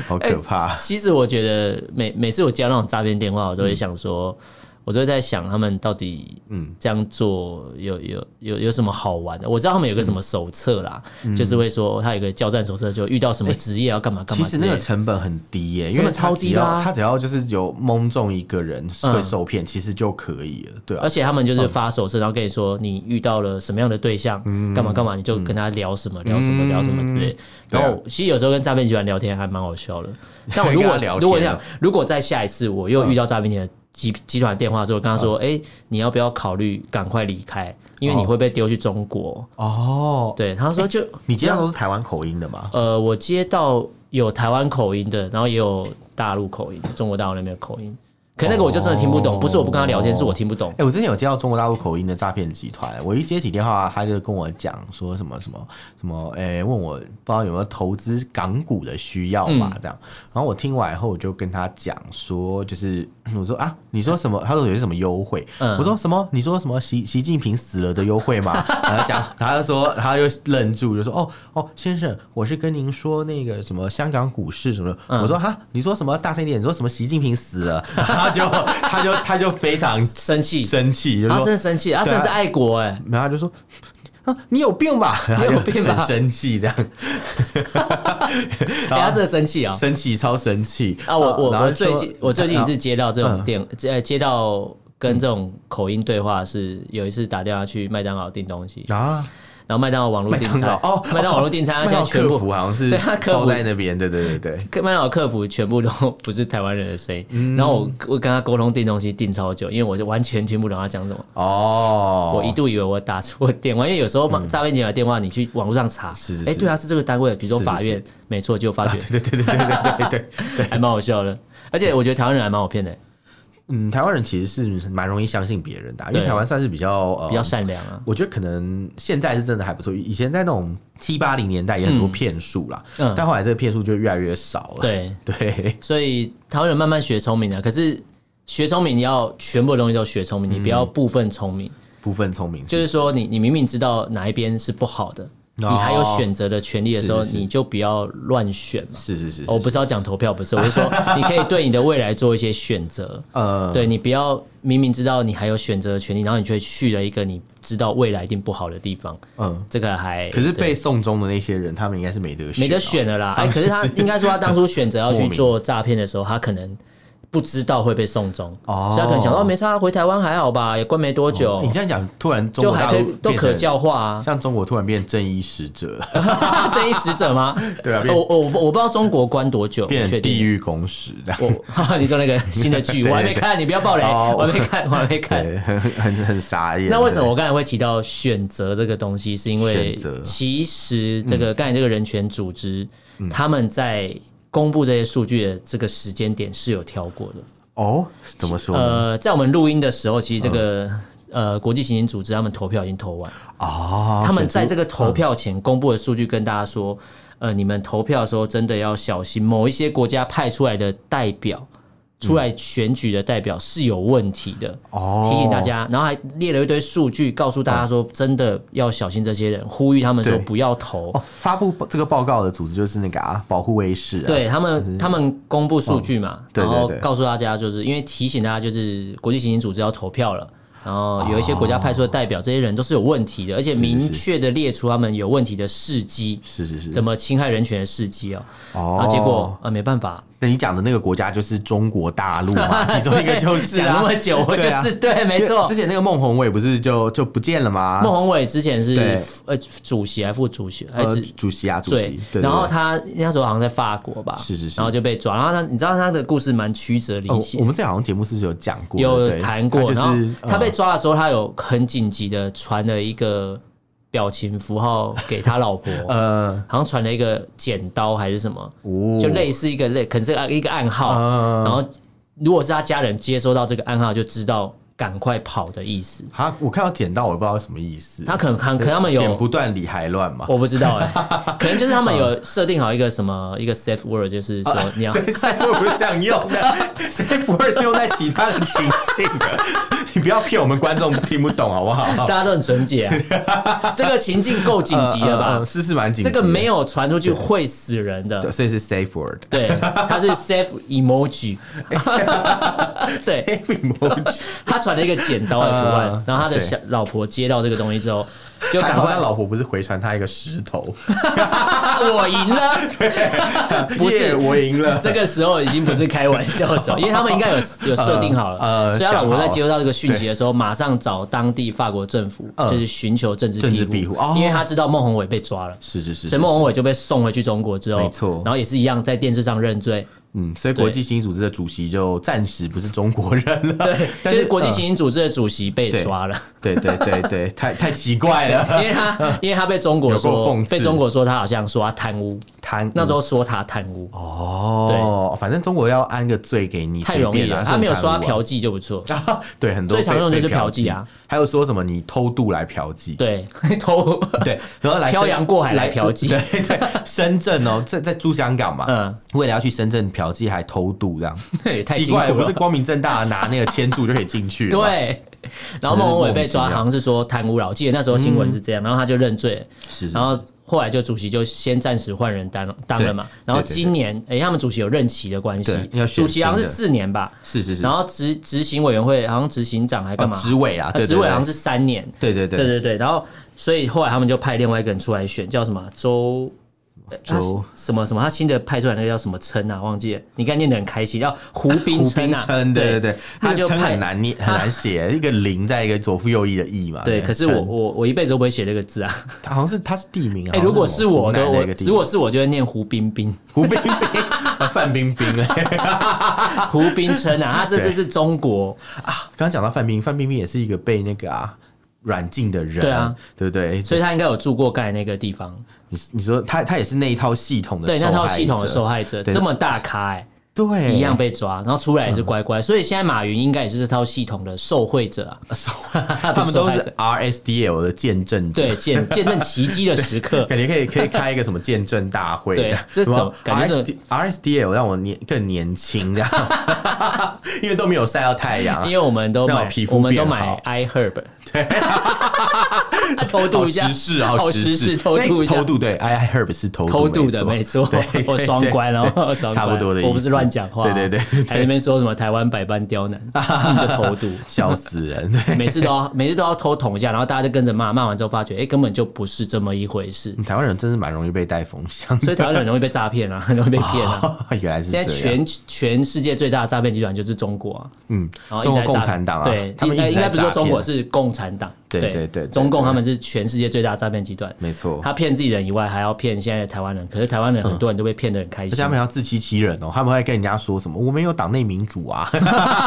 S1: 好可怕。
S2: 其实我觉得每每次我接到那种诈骗电话，我
S1: 嗯
S2: 都会想说，我都会在想他们到底嗯这样做有有有有什么好玩的？我知道他们有个
S1: 嗯
S2: 什么手册啦，就是会说他有个交战手册，就遇到什么职业要干嘛
S1: 哎
S2: 干
S1: 其
S2: 嘛
S1: 实
S2: 之
S1: 那
S2: 类
S1: 个
S2: 的。
S1: 成本很低耶、因
S2: 成
S1: 为
S2: 本
S1: 他
S2: 超
S1: 只
S2: 低的
S1: 要、
S2: 啊嗯
S1: 他只要就是有蒙中一个人会受骗，其实就可以了，对啊
S2: 而。且他们就是发手册，然后跟你说你遇到了什么样的对象，
S1: 嗯
S2: 干嘛干嘛，你就跟他聊什么聊什么聊什么之类的。
S1: 对啊
S2: 然后其实有时候跟诈骗集团聊天还蛮好笑的。但我如
S1: 跟他
S2: 果
S1: 聊天啊嗯
S2: 如果想如果在下一次我又遇到诈骗集团集集团电话的时候，我跟他说，哎，你要不要考虑赶快离
S1: 嗯
S2: 开，因为你会被丢去中国。
S1: 哦，
S2: 对，他说就
S1: 你接到都是台湾口音的吗？
S2: 呃，我接到有台湾口音的，然后也有大陆口音，中国大陆那边的口音。可那个我就真的听不懂，
S1: 哦
S2: 不是我不跟他聊天，是我听不懂
S1: 哎、。我之前有接到中国大陆口音的诈骗集团，我一接起电话，他就跟我讲说什么什么什么，哎、问我不知道有没有投资港股的需要嘛，这样。然后我听完以后，我就跟他讲说，就是 我说啊，你说什么？他说有些什么优惠？
S2: 嗯
S1: 我说什么？你说什么？习习近平死了的优惠嘛？然后讲，他就说，他就愣住，就说哦哦，先生，我是跟您说那个什么香港股市什么的。我说哈，你说什么？大声一点，你说什么？习近平死了？ 他就他就他就非常
S2: 生气，
S1: 生气，就
S2: 他
S1: 说，
S2: 啊
S1: 啊
S2: 真的生气，他真的是爱国哎、
S1: 然后他就说。 啊，你有病吧？
S2: 你有病吧
S1: 很生气这 样，
S2: 欸，他
S1: 然后
S2: 真的生气啊！
S1: 生气超生气
S2: 啊，我我
S1: 然后
S2: 我
S1: 就说
S2: 最近我最近一次接到这种
S1: 嗯
S2: 电，呃，接到跟这种口音对话是有一次打电话去麦当劳订东西，
S1: 啊，
S2: 然后麦当劳网络
S1: 麦
S2: 订
S1: 当
S2: 餐
S1: 劳哦，
S2: 麦当劳网络订餐，
S1: 麦
S2: 他现
S1: 当劳
S2: 在全
S1: 客
S2: 部
S1: 服好啊像是
S2: 对他客服
S1: 包在那边，对对对对，
S2: 客麦当劳客服全部都不是台湾人的 声
S1: 嗯
S2: 音，然后我我跟他沟通订东西订超久，因为我是完全听不懂他讲什么。
S1: 哦，嗯
S2: 我一度以为我打错电话，因为有时候嘛诈骗集团的电话，你去网络上查，
S1: 是是
S2: 哎，
S1: 是
S2: 对啊，是这个单位，比如说
S1: 是是啊
S2: 法院，没错，就发觉
S1: 对对对对对对对对，
S2: 还蛮好笑的，而且我觉得台湾人还蛮好骗的，
S1: 嗯，台湾人其实是蛮容易相信别人的啊，因为
S2: 对
S1: 台湾算是比较呃
S2: 比较善良啊。
S1: 我觉得可能现在是真的还不错，以前在那种七八零年代也很多骗术啦，
S2: 嗯
S1: 但后来这个骗术就越来越少了。
S2: 对，
S1: 对，
S2: 所以台湾人慢慢学聪明了，啊可是学聪明你要全部的东西都学聪明，你不要
S1: 嗯
S2: 部分聪明。
S1: 部分聪明
S2: 就是说你，你明明知道哪一边是不好的，你还有选择的权利的时候，
S1: 哦是是是
S2: 你就不要乱选嘛。
S1: 是是是
S2: 哦我
S1: 是
S2: 不是要讲投票，不是，我是说你可以对你的未来做一些选择。
S1: 呃，
S2: 对你不要明明知道你还有选择的权利，然后你却去了一个你知道未来一定不好的地方，
S1: 嗯，
S2: 这个还
S1: 可是
S2: 对
S1: 被送中的那些人，他们应该是没得选、哦
S2: 没得。选了啦。哎，可是他应该说他当初选择要
S1: 莫
S2: 去
S1: 名
S2: 做诈骗的时候，他可能不知道会被送终，
S1: 哦
S2: 所以他可能想到没差，回台湾还好吧，也关没多久
S1: 你，这样讲，突然中
S2: 哦就
S1: 国
S2: 还
S1: 大
S2: 可以
S1: 陆
S2: 都可
S1: 变成，
S2: 教嗯 化啊。
S1: 像中国突然变正义使者，
S2: 正义使者吗？
S1: 对啊
S2: 呃我我我不知道中国关多久，
S1: 变
S2: 不确
S1: 成地
S2: 定。
S1: 狱公使这样。
S2: 我 你说那个新的剧，
S1: 对
S2: 我还没看，你不要爆雷，
S1: 哦
S2: 我还没看，我还没看。
S1: 对，很很很傻眼。
S2: 那为什么我刚才会提到选择这个东西？是因为
S1: 选择嗯
S2: 其实这个刚才这个人权组织，他们在公布这些数据的这个时间点是有挑过的。
S1: 哦？嗯怎么说？
S2: 呃，在我们录音的时候，其实这个呃国际刑警组织他们投票已经投完，
S1: 哦，
S2: 呃他们
S1: 选
S2: 在
S1: 出
S2: 这个投票前公布的数据跟大家说，呃，你们投票的时候真的要小心，某一些国家派出来的代表出来选举的代表是有问题的，
S1: 哦
S2: 提醒大家，然后还列了一堆数据，告诉大家说真的要小心这些人，呼吁他们说
S1: 对
S2: 不要投。
S1: 哦，发布这个报告的组织就是那个啊，保护卫士、啊。，
S2: 对他们，他们公布数据嘛，
S1: 哦对对
S2: 然后
S1: 对
S2: 告诉大家，就是因为提醒大家，就是国际刑警组织要投票了，然后有一些国家派出的代表，这些人都是有问题的，而且
S1: 哦是
S2: 明确的列出他们有问题的事迹，
S1: 是是是。
S2: 怎么侵害人权的事迹哦。
S1: 哦
S2: 然后结果啊，没办法，
S1: 那你讲的那个国家就是中国大陆 嘛， 其中一个就是
S2: 讲
S1: 啊。
S2: 那么久，我就
S1: 对啊
S2: 是对，没
S1: 因为
S2: 错
S1: 之。前那个孟宏伟不是就就不见了吗？
S2: 孟宏伟之前是
S1: 对
S2: 呃主席还是副主席，还
S1: 呃
S2: 是
S1: 主席啊，主席。
S2: 对
S1: 对，对
S2: 然后
S1: 对
S2: 他那时候好像在法国吧，
S1: 是是是
S2: 然后就被抓，然后他你知道他的故事蛮曲折离
S1: 哦
S2: 奇
S1: 我，们这好像节目是不是有讲过？
S2: 有
S1: 对
S2: 谈过，
S1: 他就是
S2: 然后他被
S1: 嗯
S2: 抓的时候，他有很紧急的传了一个表情符号给他老婆，
S1: 呃，
S2: 好像传了一个剪刀还是什么，
S1: 哦
S2: 就类似一个类，可能是一个暗号，
S1: 嗯
S2: 然后如果是他家人接收到这个暗号，就知道赶快跑的意思。
S1: 他我看到剪刀，我不知道什么意思。
S2: 他可能看，可能他们有
S1: 剪不啊断理还乱嘛？
S2: 我不知道哎、可能就是他们有设定好一个什么一个 safe word，就是说
S1: 啊
S2: 你 要。
S1: 谁谁不是这样用的？ 谁不会是用在其他的情境的？ 你不要骗我们观众听不懂好不好？
S2: 大家都很纯洁啊， 这个情境够紧急了吧？
S1: 呃呃呃是是蛮紧急
S2: 这
S1: 的。
S2: 个没有传出去会死人的
S1: 对，，所以是 safe word。
S2: 对，它是 safe emoji，对，
S1: safe emoji。
S2: 他传了一个剪刀的图案
S1: 嗯，
S2: 然后他的
S1: 对
S2: 小老婆接到这个东西之后，就
S1: 还
S2: 赶
S1: 好
S2: 快
S1: 他老婆不是回传他一个石 头，
S2: 啊，我赢了。不是
S1: 耶我赢了。
S2: 这个时候已经不是开玩笑的 时候，因为他们应该有有设定好了，
S1: 呃
S2: 所以他老婆在接收到这个讯息
S1: 对
S2: 的时候，马上找当地法国政府就是寻求政治
S1: 嗯政治
S2: 庇
S1: 庇护哦
S2: 因为他知道孟宏伟被抓了。
S1: 是是是
S2: 所
S1: 是
S2: 以孟
S1: 是，
S2: 宏伟就被送回去中国之后，
S1: 没错
S2: 然后也是一样在电视上认罪，
S1: 嗯，所以国际刑警组织的主席就暂时不是中国人了，
S2: 对，就
S1: 但是
S2: 是国际
S1: 嗯
S2: 刑警组织的主席被
S1: 对
S2: 抓了，
S1: 对对对对，太太奇怪了，
S2: 因为他因为他被中国
S1: 呃 有够
S2: 说
S1: 讽刺
S2: 被中国说他好像说他贪污，
S1: 贪
S2: 那时候说他贪污
S1: 嗯哦，反正中国要安个罪给你，
S2: 太容易
S1: 随便
S2: 了，
S1: 啊
S2: 他没有说他。
S1: 这种
S2: 嫖妓就不错，
S1: 贪污啊对，很多
S2: 最常
S1: 被
S2: 用的就是
S1: 被
S2: 嫖
S1: 嫖
S2: 妓啊，
S1: 还有说什么你偷渡来嫖妓，
S2: 对， 偷
S1: 对，然后来
S2: 漂
S1: 深
S2: 洋过海来嫖 妓
S1: 对对，深圳哦，在在珠江港嘛，
S2: 嗯
S1: 为了要去深圳嫖妓还偷渡这 样，
S2: 也太
S1: 奇
S2: 辛苦
S1: 怪了，不是
S2: 了，
S1: 光明正大地拿那个签注就可以进去了吗，
S2: 对。然后孟宏伟被抓，好像是说贪污了，我记得那时候新闻是这样，然后他就认罪，
S1: 是，嗯是
S2: 然后
S1: 是
S2: 后来就主席就先暂时换人当当了嘛，然后
S1: 对对对
S2: 今年诶，他们主席有任期的关系
S1: 对要，选
S2: 主席好像是
S1: 新的
S2: 四年吧，
S1: 是是是，
S2: 然后执执行委员会好像执行长还干嘛
S1: 哦？执委啊，
S2: 呃
S1: 对
S2: 执
S1: 对
S2: 委
S1: 对
S2: 好像是三年，
S1: 对对
S2: 对
S1: 对，
S2: 对对，然后所以后来他们就派另外一个人出来选，叫什么周呃
S1: 周
S2: 他什么什么，他新的派出来那个叫什么琛啊，忘记了，你刚才念得很开心，叫胡冰
S1: 胡
S2: 琛
S1: 冰
S2: 啊，
S1: 琛，对对
S2: 对
S1: 对，
S2: 他
S1: 那
S2: 就
S1: 个琛
S2: 派
S1: 很 难念，很难写，一个零在一个左腹右翼的翼嘛，
S2: 对，可是我
S1: 琛哦
S2: 我我一辈子都不会写这个字啊，
S1: 他好像是他是地名啊，
S2: 哎，
S1: 好像
S2: 如果是
S1: 什么湖
S2: 我的
S1: 南的
S2: 我
S1: 一个，地
S2: 如
S1: 名
S2: 果是我就会念胡冰冰，
S1: 胡冰冰啊范冰冰 哎，
S2: 胡冰琛 啊，他这次
S1: 对
S2: 是中国，
S1: 刚刚讲到范冰，范冰冰也是一个被那个啊软禁的人，
S2: 对啊，
S1: 对不哎对？
S2: 所以他应该有住过刚才那个地方，
S1: 你你说他他也是那一套系统的
S2: 对，那套
S1: 受害
S2: 系统的
S1: 者
S2: 受害者
S1: 对
S2: 这么大咖哎。
S1: 对
S2: 一样被抓，然后出来也
S1: 嗯
S2: 是乖乖，所以现在马云应该也是这套系统的受贿者 啊，
S1: 他们都
S2: 不受害
S1: 是
S2: 者
S1: RSDL 的见证者，
S2: 对，见见证奇迹的
S1: 。
S2: 时刻
S1: 感觉可以可以开一个什么见证大会，
S2: 对这
S1: 什么
S2: 种感觉是
S1: RSD RSDL 让我年更年轻这样， 因为都没有晒到太阳啊
S2: 因，为我们都
S1: 让
S2: 买，
S1: 我皮肤
S2: 我们都
S1: 变
S2: 买
S1: 好
S2: iHerb，对， 偷
S1: 好
S2: 渡一下
S1: 时，事，啊好
S2: 时
S1: 时事，
S2: 事偷渡一下
S1: 哎偷渡对，I I Herb 是偷渡
S2: 偷渡的没错
S1: 对，对
S2: 我双关哦，
S1: 对
S2: 我双关
S1: 差不多的意思，
S2: 我不是乱讲话，啊
S1: 对对对，
S2: 还在那边说什么台湾百般刁 难，嗯就偷渡。
S1: 笑死人，对
S2: 每次都要每次都要偷捅一下，然后大家就跟着骂，骂完之后发觉，哎、根本就不是这么一回事，
S1: 台湾人真是蛮容易被带风向的，
S2: 所以台湾人很容易被诈骗啊， 很容易被骗
S1: 哦
S2: 啊。
S1: 原来是这
S2: 现在
S1: 样，
S2: 全全世界最大的诈骗集团就是中国啊，
S1: 嗯，
S2: 然后一
S1: 中
S2: 直
S1: 国
S2: 在
S1: 共
S2: 诈
S1: 产党啊，
S2: 对，
S1: 他们
S2: 应该
S1: 一直
S2: 应
S1: 在
S2: 该不是说
S1: 诈
S2: 中国
S1: 骗
S2: 是共产党，
S1: 对对对对
S2: 中共
S1: 对
S2: 他们是全世界最大的诈骗集团，
S1: 没错，
S2: 他骗自己人以外，还要骗现在的台湾人，可是台湾人很多人都被骗得很开
S1: 而且
S2: 心
S1: 他，们还要自欺欺人哦，他们会跟人家说什么“我们有党内民主啊”，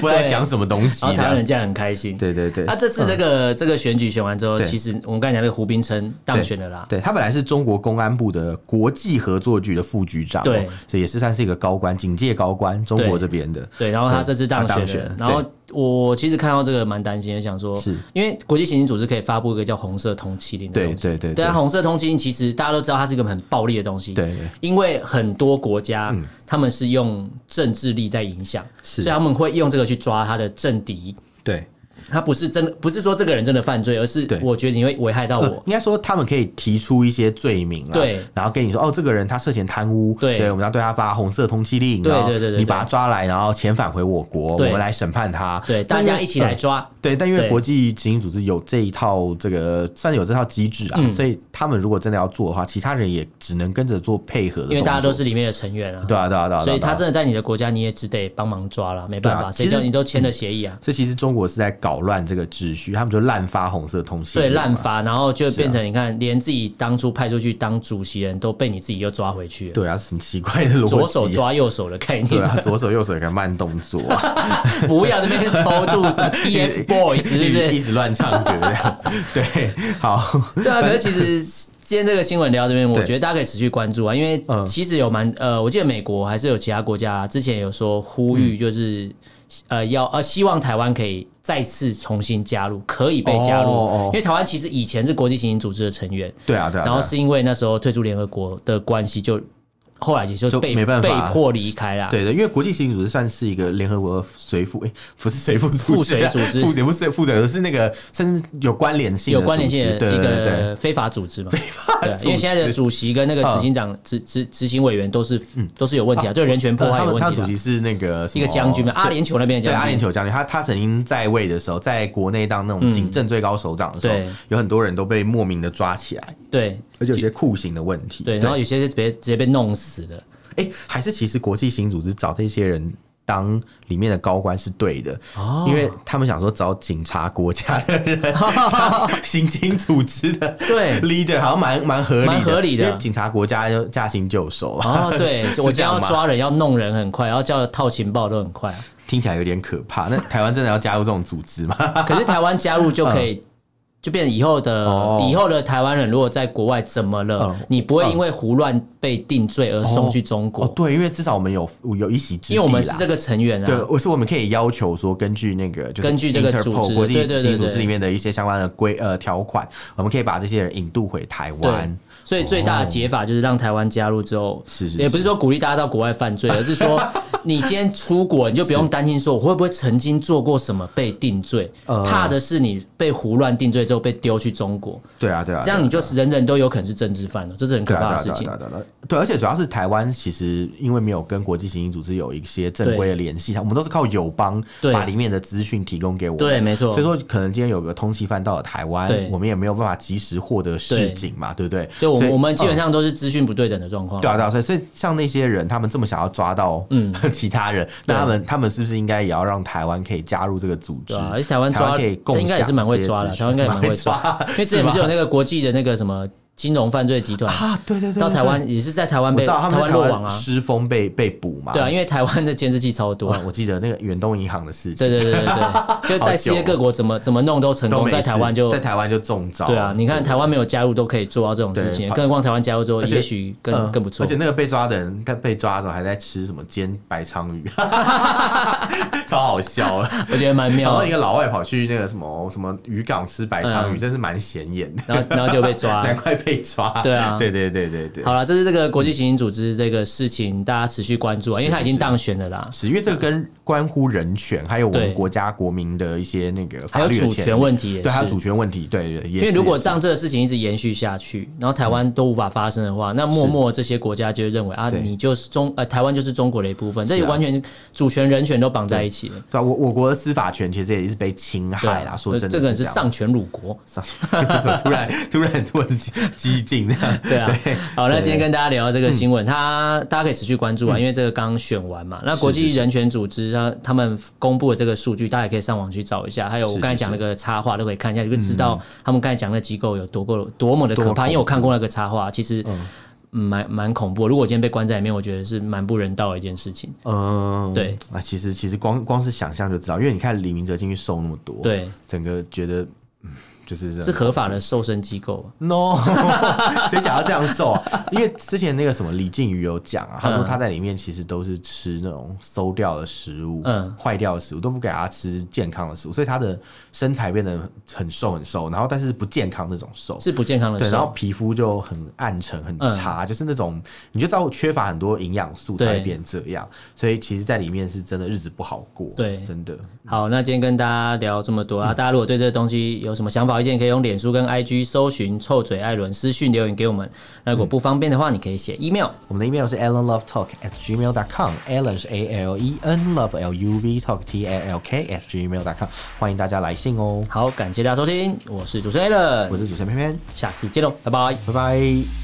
S1: 不
S2: 对
S1: 在讲什么东西
S2: 然后
S1: 这
S2: 台湾人
S1: 样。
S2: 这样很开心。
S1: 对对对
S2: 啊，，这次这个这个选举选完之后，
S1: 对
S2: 其实我们刚才讲那个胡冰琛当选了啦，
S1: 对他本来是中国公安部的国际合作局的副局长哦，
S2: 对
S1: 所以也是算是一个高官，警界高官，中国这边的。
S2: 对，然后他
S1: 对
S2: 这次当
S1: 他当
S2: 选了
S1: 选，
S2: 然后
S1: 对
S2: 我其实看到这个蛮担心的，想说，
S1: 是
S2: 因为国际刑警组织可以发布一个叫红色通缉令的
S1: 对
S2: 东西
S1: 对对
S2: 但
S1: 对
S2: 红色通缉令其实大家都知道，它是一个很暴力的东西。
S1: 对对
S2: 因为很多国家、他们是用政治力在影响，
S1: 是
S2: 所以他们会用这个去抓他的政敌。
S1: 对，
S2: 他不是真的，不是说这个人真的犯罪，而是
S1: 对
S2: 我觉得你会危害到
S1: 呃
S2: 我。
S1: 应该说他们可以提出一些罪名啦，
S2: 哦对
S1: 然后跟你说哦，这个人他涉嫌贪污，
S2: 对
S1: 所以我们要对他发红色通缉令，
S2: 对
S1: 然后
S2: 对对对
S1: 你把他抓来，然后遣返回我国，我
S2: 对
S1: 们来审判他，
S2: 对，大
S1: 但因为
S2: 家一起来
S1: 嗯
S2: 抓。
S1: 对，但因为
S2: 对
S1: 国际刑警组织有这一套这个算是有这套机制
S2: 嗯
S1: 啊，所以他们如果真的要做的话，其他人也只能跟着做配合的动作，
S2: 因为大家都是里面的成员啊，
S1: 对啊对啊对啊，
S2: 所以
S1: 对啊
S2: 他真的在你的国家，你也只得帮忙抓了，没办
S1: 对
S2: 法，
S1: 啊其
S2: 谁
S1: 实
S2: 叫你都签了协议啊？
S1: 所以其实中国是在搞乱这个秩序，他们就滥发红色通啊信，
S2: 对，滥。发，然后就变成你看，连自己当初派出去当主席人都被你自己又抓回去了，
S1: 对啊，什么奇怪的逻辑？
S2: 左手。抓右手的概
S1: 对
S2: 念，
S1: 啊，左手右手有个慢动作啊、
S2: 不要在那边偷渡 子 TFBOYS 是不
S1: 一直一
S2: 是？
S1: 直乱唱歌这样。对，好，
S2: 对啊，可是其实。今天这个新闻聊到这边，我
S1: 对
S2: 觉得大家可以持续关注啊，因为
S1: 嗯
S2: 其实有蛮呃，我记得美国还是有其他国家啊之前有说呼
S1: 嗯
S2: 吁，就是、呃要呃希望台湾可以再次重新加入，可以被加入，
S1: 哦哦
S2: 因为台湾其实以前是国际刑警组织的成员，
S1: 对啊，对啊。
S2: 然后
S1: 对啊
S2: 是因为那时候退出联合国的关系，就后来也就是
S1: 就
S2: 被
S1: 没办
S2: 被
S1: 法
S2: 迫离开啦。
S1: 对的，因为国际刑警组织算是一个联合国的随附，哎、不是随附组织啊，
S2: 附随组织
S1: 附随不是附随，是那个甚至有关联性的
S2: 有关联
S1: 组织
S2: 性的
S1: 对
S2: 一
S1: 对对对
S2: 个非法组织 嘛，对啊，
S1: 组织嗯
S2: 因为现在的主席跟那个执行长、执执执行委员都是都是有问题啊，就人权破
S1: 呃嗯
S2: 坏
S1: 他
S2: 有
S1: 们
S2: 问
S1: 他
S2: 题
S1: 主
S2: 啊，
S1: 席是那个什
S2: 一
S1: 么
S2: 个将军嘛，阿联酋那边的
S1: 对阿
S2: 将
S1: 联
S2: 军，
S1: 酋将军，他他曾经在位的时候，在国内当那种警政最高首长的时候，
S2: 对
S1: 有很多人都被莫名的抓起来，
S2: 对
S1: 而且有些酷刑的问题。
S2: 对，然后有些是直接直接被弄死的，
S1: 哎、还是其实国际刑组织找这些人当里面的高官是对的，
S2: 哦
S1: 因为他们想说找警察国家的 人当刑警组织的
S2: 对
S1: leader 好像蛮蛮合理的，
S2: 蛮合理的
S1: 因为警察国家就驾轻就熟啊，
S2: 哦，对， 我今
S1: 这
S2: 天
S1: 样
S2: 要
S1: 吗
S2: 抓人要弄人很快，然后叫套情报都很快啊，
S1: 听起来有点可怕。那台湾真的要加入这种组织吗？
S2: 可是台湾加入就可以，就变成以后的、
S1: 嗯哦
S2: 以后的台湾人，如果在国外怎么了，
S1: 嗯
S2: 你不会因为胡乱被定罪而送去中 国，
S1: 哦，对，因为至少我们有有一席之地
S2: 因为我们是
S1: 啦
S2: 这个成员
S1: 对，
S2: 啊。
S1: 我是我们可以要求说，根据那个就是
S2: 根据这个
S1: Interpol
S2: 组织
S1: 国际
S2: 对对对
S1: 刑组
S2: 对
S1: 织里面的一些相关的规呃条款，我们可以把这些人引渡回台湾。
S2: 所以最大的解法就是让台湾加入之后，
S1: 是是
S2: 也不是说鼓励大家到国外犯 罪，而是说你今天出国，你就不用担心说我会不会曾经做过什么被定罪，
S1: 呃
S2: 怕的是你被胡乱定罪之后被丢去中国，
S1: 对啊，对啊，
S2: 这样你就人人都有可能是政治犯了，这是很可
S1: 对啊。对
S2: 怕
S1: 啊，
S2: 的事
S1: 对啊，
S2: 情
S1: 对。啊，对啊对啊，对，而且主要是台湾其实因为没有跟国际刑警组织有一些正规的联系，我们都是靠友邦
S2: 对
S1: 把里面的资讯提供给我们。
S2: 对，没错。
S1: 所以说可能今天有个通缉犯到了台湾
S2: 对，
S1: 我们也没有办法及时获得
S2: 对
S1: 示警嘛，对不对？
S2: 就我
S1: 所以嗯
S2: 们我们基本上都是资讯不对等的状况。
S1: 对啊，对啊，所以所以像那些人，他们这么想要抓到
S2: 嗯
S1: 其他人，那他们他们是不是应该也要让台湾可以加入这个组织？
S2: 对啊，而且台湾
S1: 台
S2: 抓
S1: 湾可以共
S2: 应该也是蛮会抓的，台
S1: 享
S2: 湾应该也蛮
S1: 这些
S2: 会
S1: 资讯
S2: 抓，因为之前不是有那个国际的那个什么金融犯罪集 团
S1: 啊？对对对，对
S2: 到台，湾
S1: 对
S2: 也是在台湾
S1: 我
S2: 被
S1: 知道他们在
S2: 湾
S1: 台
S2: 落网
S1: 湾
S2: 啊，
S1: 失风被被捕嘛？
S2: 对啊，因为台湾的监视器超多
S1: 哇，。我记得那个远东银行的事情，
S2: 对对对对对，就在世界各国怎么怎么弄都成
S1: 都
S2: 功，
S1: 没事
S2: 在台湾就
S1: 在台湾哦就中招。
S2: 对啊，你看台湾没有加入都可以做到这种
S1: 对
S2: 事情，
S1: 而
S2: 更何况台湾加入之后，
S1: 而且
S2: 也许
S1: 嗯
S2: 更更不错
S1: 而且。那个被抓的人，他被抓的时候还在吃什么煎白鲳 鱼，超好笑的。
S2: 我觉得蛮
S1: 然
S2: 妙啊
S1: 后
S2: 的
S1: 一，个老外跑去那个什么什么渔港吃白鲳鱼，真是蛮显眼的，
S2: 然后然后就嗯被抓 了
S1: 难。怪被抓。
S2: 对啊
S1: 对对对对对
S2: 好。了，这是这个国际刑警组织这个事情，大家持续关注啊，因为他已经
S1: 是是
S2: 当选了啦。
S1: 是因为这个跟关乎人权，还有我
S2: 对
S1: 们国家国民的一些那个法
S2: 还有
S1: 律的
S2: 主
S1: 权
S2: 权问题也是，
S1: 对，还有主权问题，对，对也
S2: 因为
S1: 是
S2: 如果
S1: 也是
S2: 让这个事情一直延续下去，然后台湾都无法发生的话，那默默这些国家就会认为啊，
S1: 对
S2: 你就是中呃台湾就是中国的一部分，这
S1: 是啊
S2: 完全主权人权都绑在一起了。
S1: 对啊，我我国的司法权其实也是被侵
S2: 对
S1: 害啦。
S2: 啊，
S1: 说真的，
S2: 这个人
S1: 是
S2: 是上权辱国。
S1: 这样怎 么突然突然突然激激进这样，
S2: 对啊，好，那
S1: 对嗯
S2: 今天跟大家聊这个新闻，它大家可以持续关注啊，因为这个刚选完嘛。那国际人权组织它他们公布的这个数据，大家也可以上网去找一下。还有我
S1: 是
S2: 刚才
S1: 是嗯
S2: 讲那个插画都可以看一下，就会知道他们刚才讲的机构有多够多么的可
S1: 多
S2: 怕。
S1: 恐
S2: 因为我看过那个插画，其实嗯蛮蛮恐怖的。如果我今天被关在里面，我觉得是蛮不人道的一件事情。
S1: 嗯，
S2: 对
S1: 啊，其实其实光光是想象就知道，因为你看李明哲进去瘦那么多，
S2: 对，
S1: 整个觉得。嗯就是
S2: 是合法的瘦身机构吗？
S1: no，谁想要这样 瘦啊？因为之前那个什么李靖宇有讲啊，
S2: 嗯
S1: 他说他在里面其实都是吃那种馊掉的食物，
S2: 嗯
S1: 坏掉的食物都不给他吃健康的食物，所以他的身材变得很瘦很瘦，然后但是不健康那种瘦。
S2: 是不健康的
S1: 对，
S2: 瘦，
S1: 然后皮肤就很暗沉、很差，就是那种你就知道缺乏很多营养素才会
S2: 对
S1: 变这样，所以其实，在里面是真的日子不好过，
S2: 对
S1: 真的。
S2: 好，那今天跟大家聊这么多啊，大家如果对这个东西有什么想法、意见，可以用脸书跟 IG 搜寻“臭嘴艾伦”私讯留言给我们。那如果不方便的话，你可以写 email。
S1: 我们的 email 是 allenlovetalk at gmail dot com，allen 是 a l e n love l u v talk t a l k at gmail dot com，欢迎大家来信哦。
S2: 好，感谢大家收听，我是主持人 a l
S1: 我
S2: n
S1: 是主持人偏偏，
S2: 下次见喽，拜拜。
S1: 拜拜。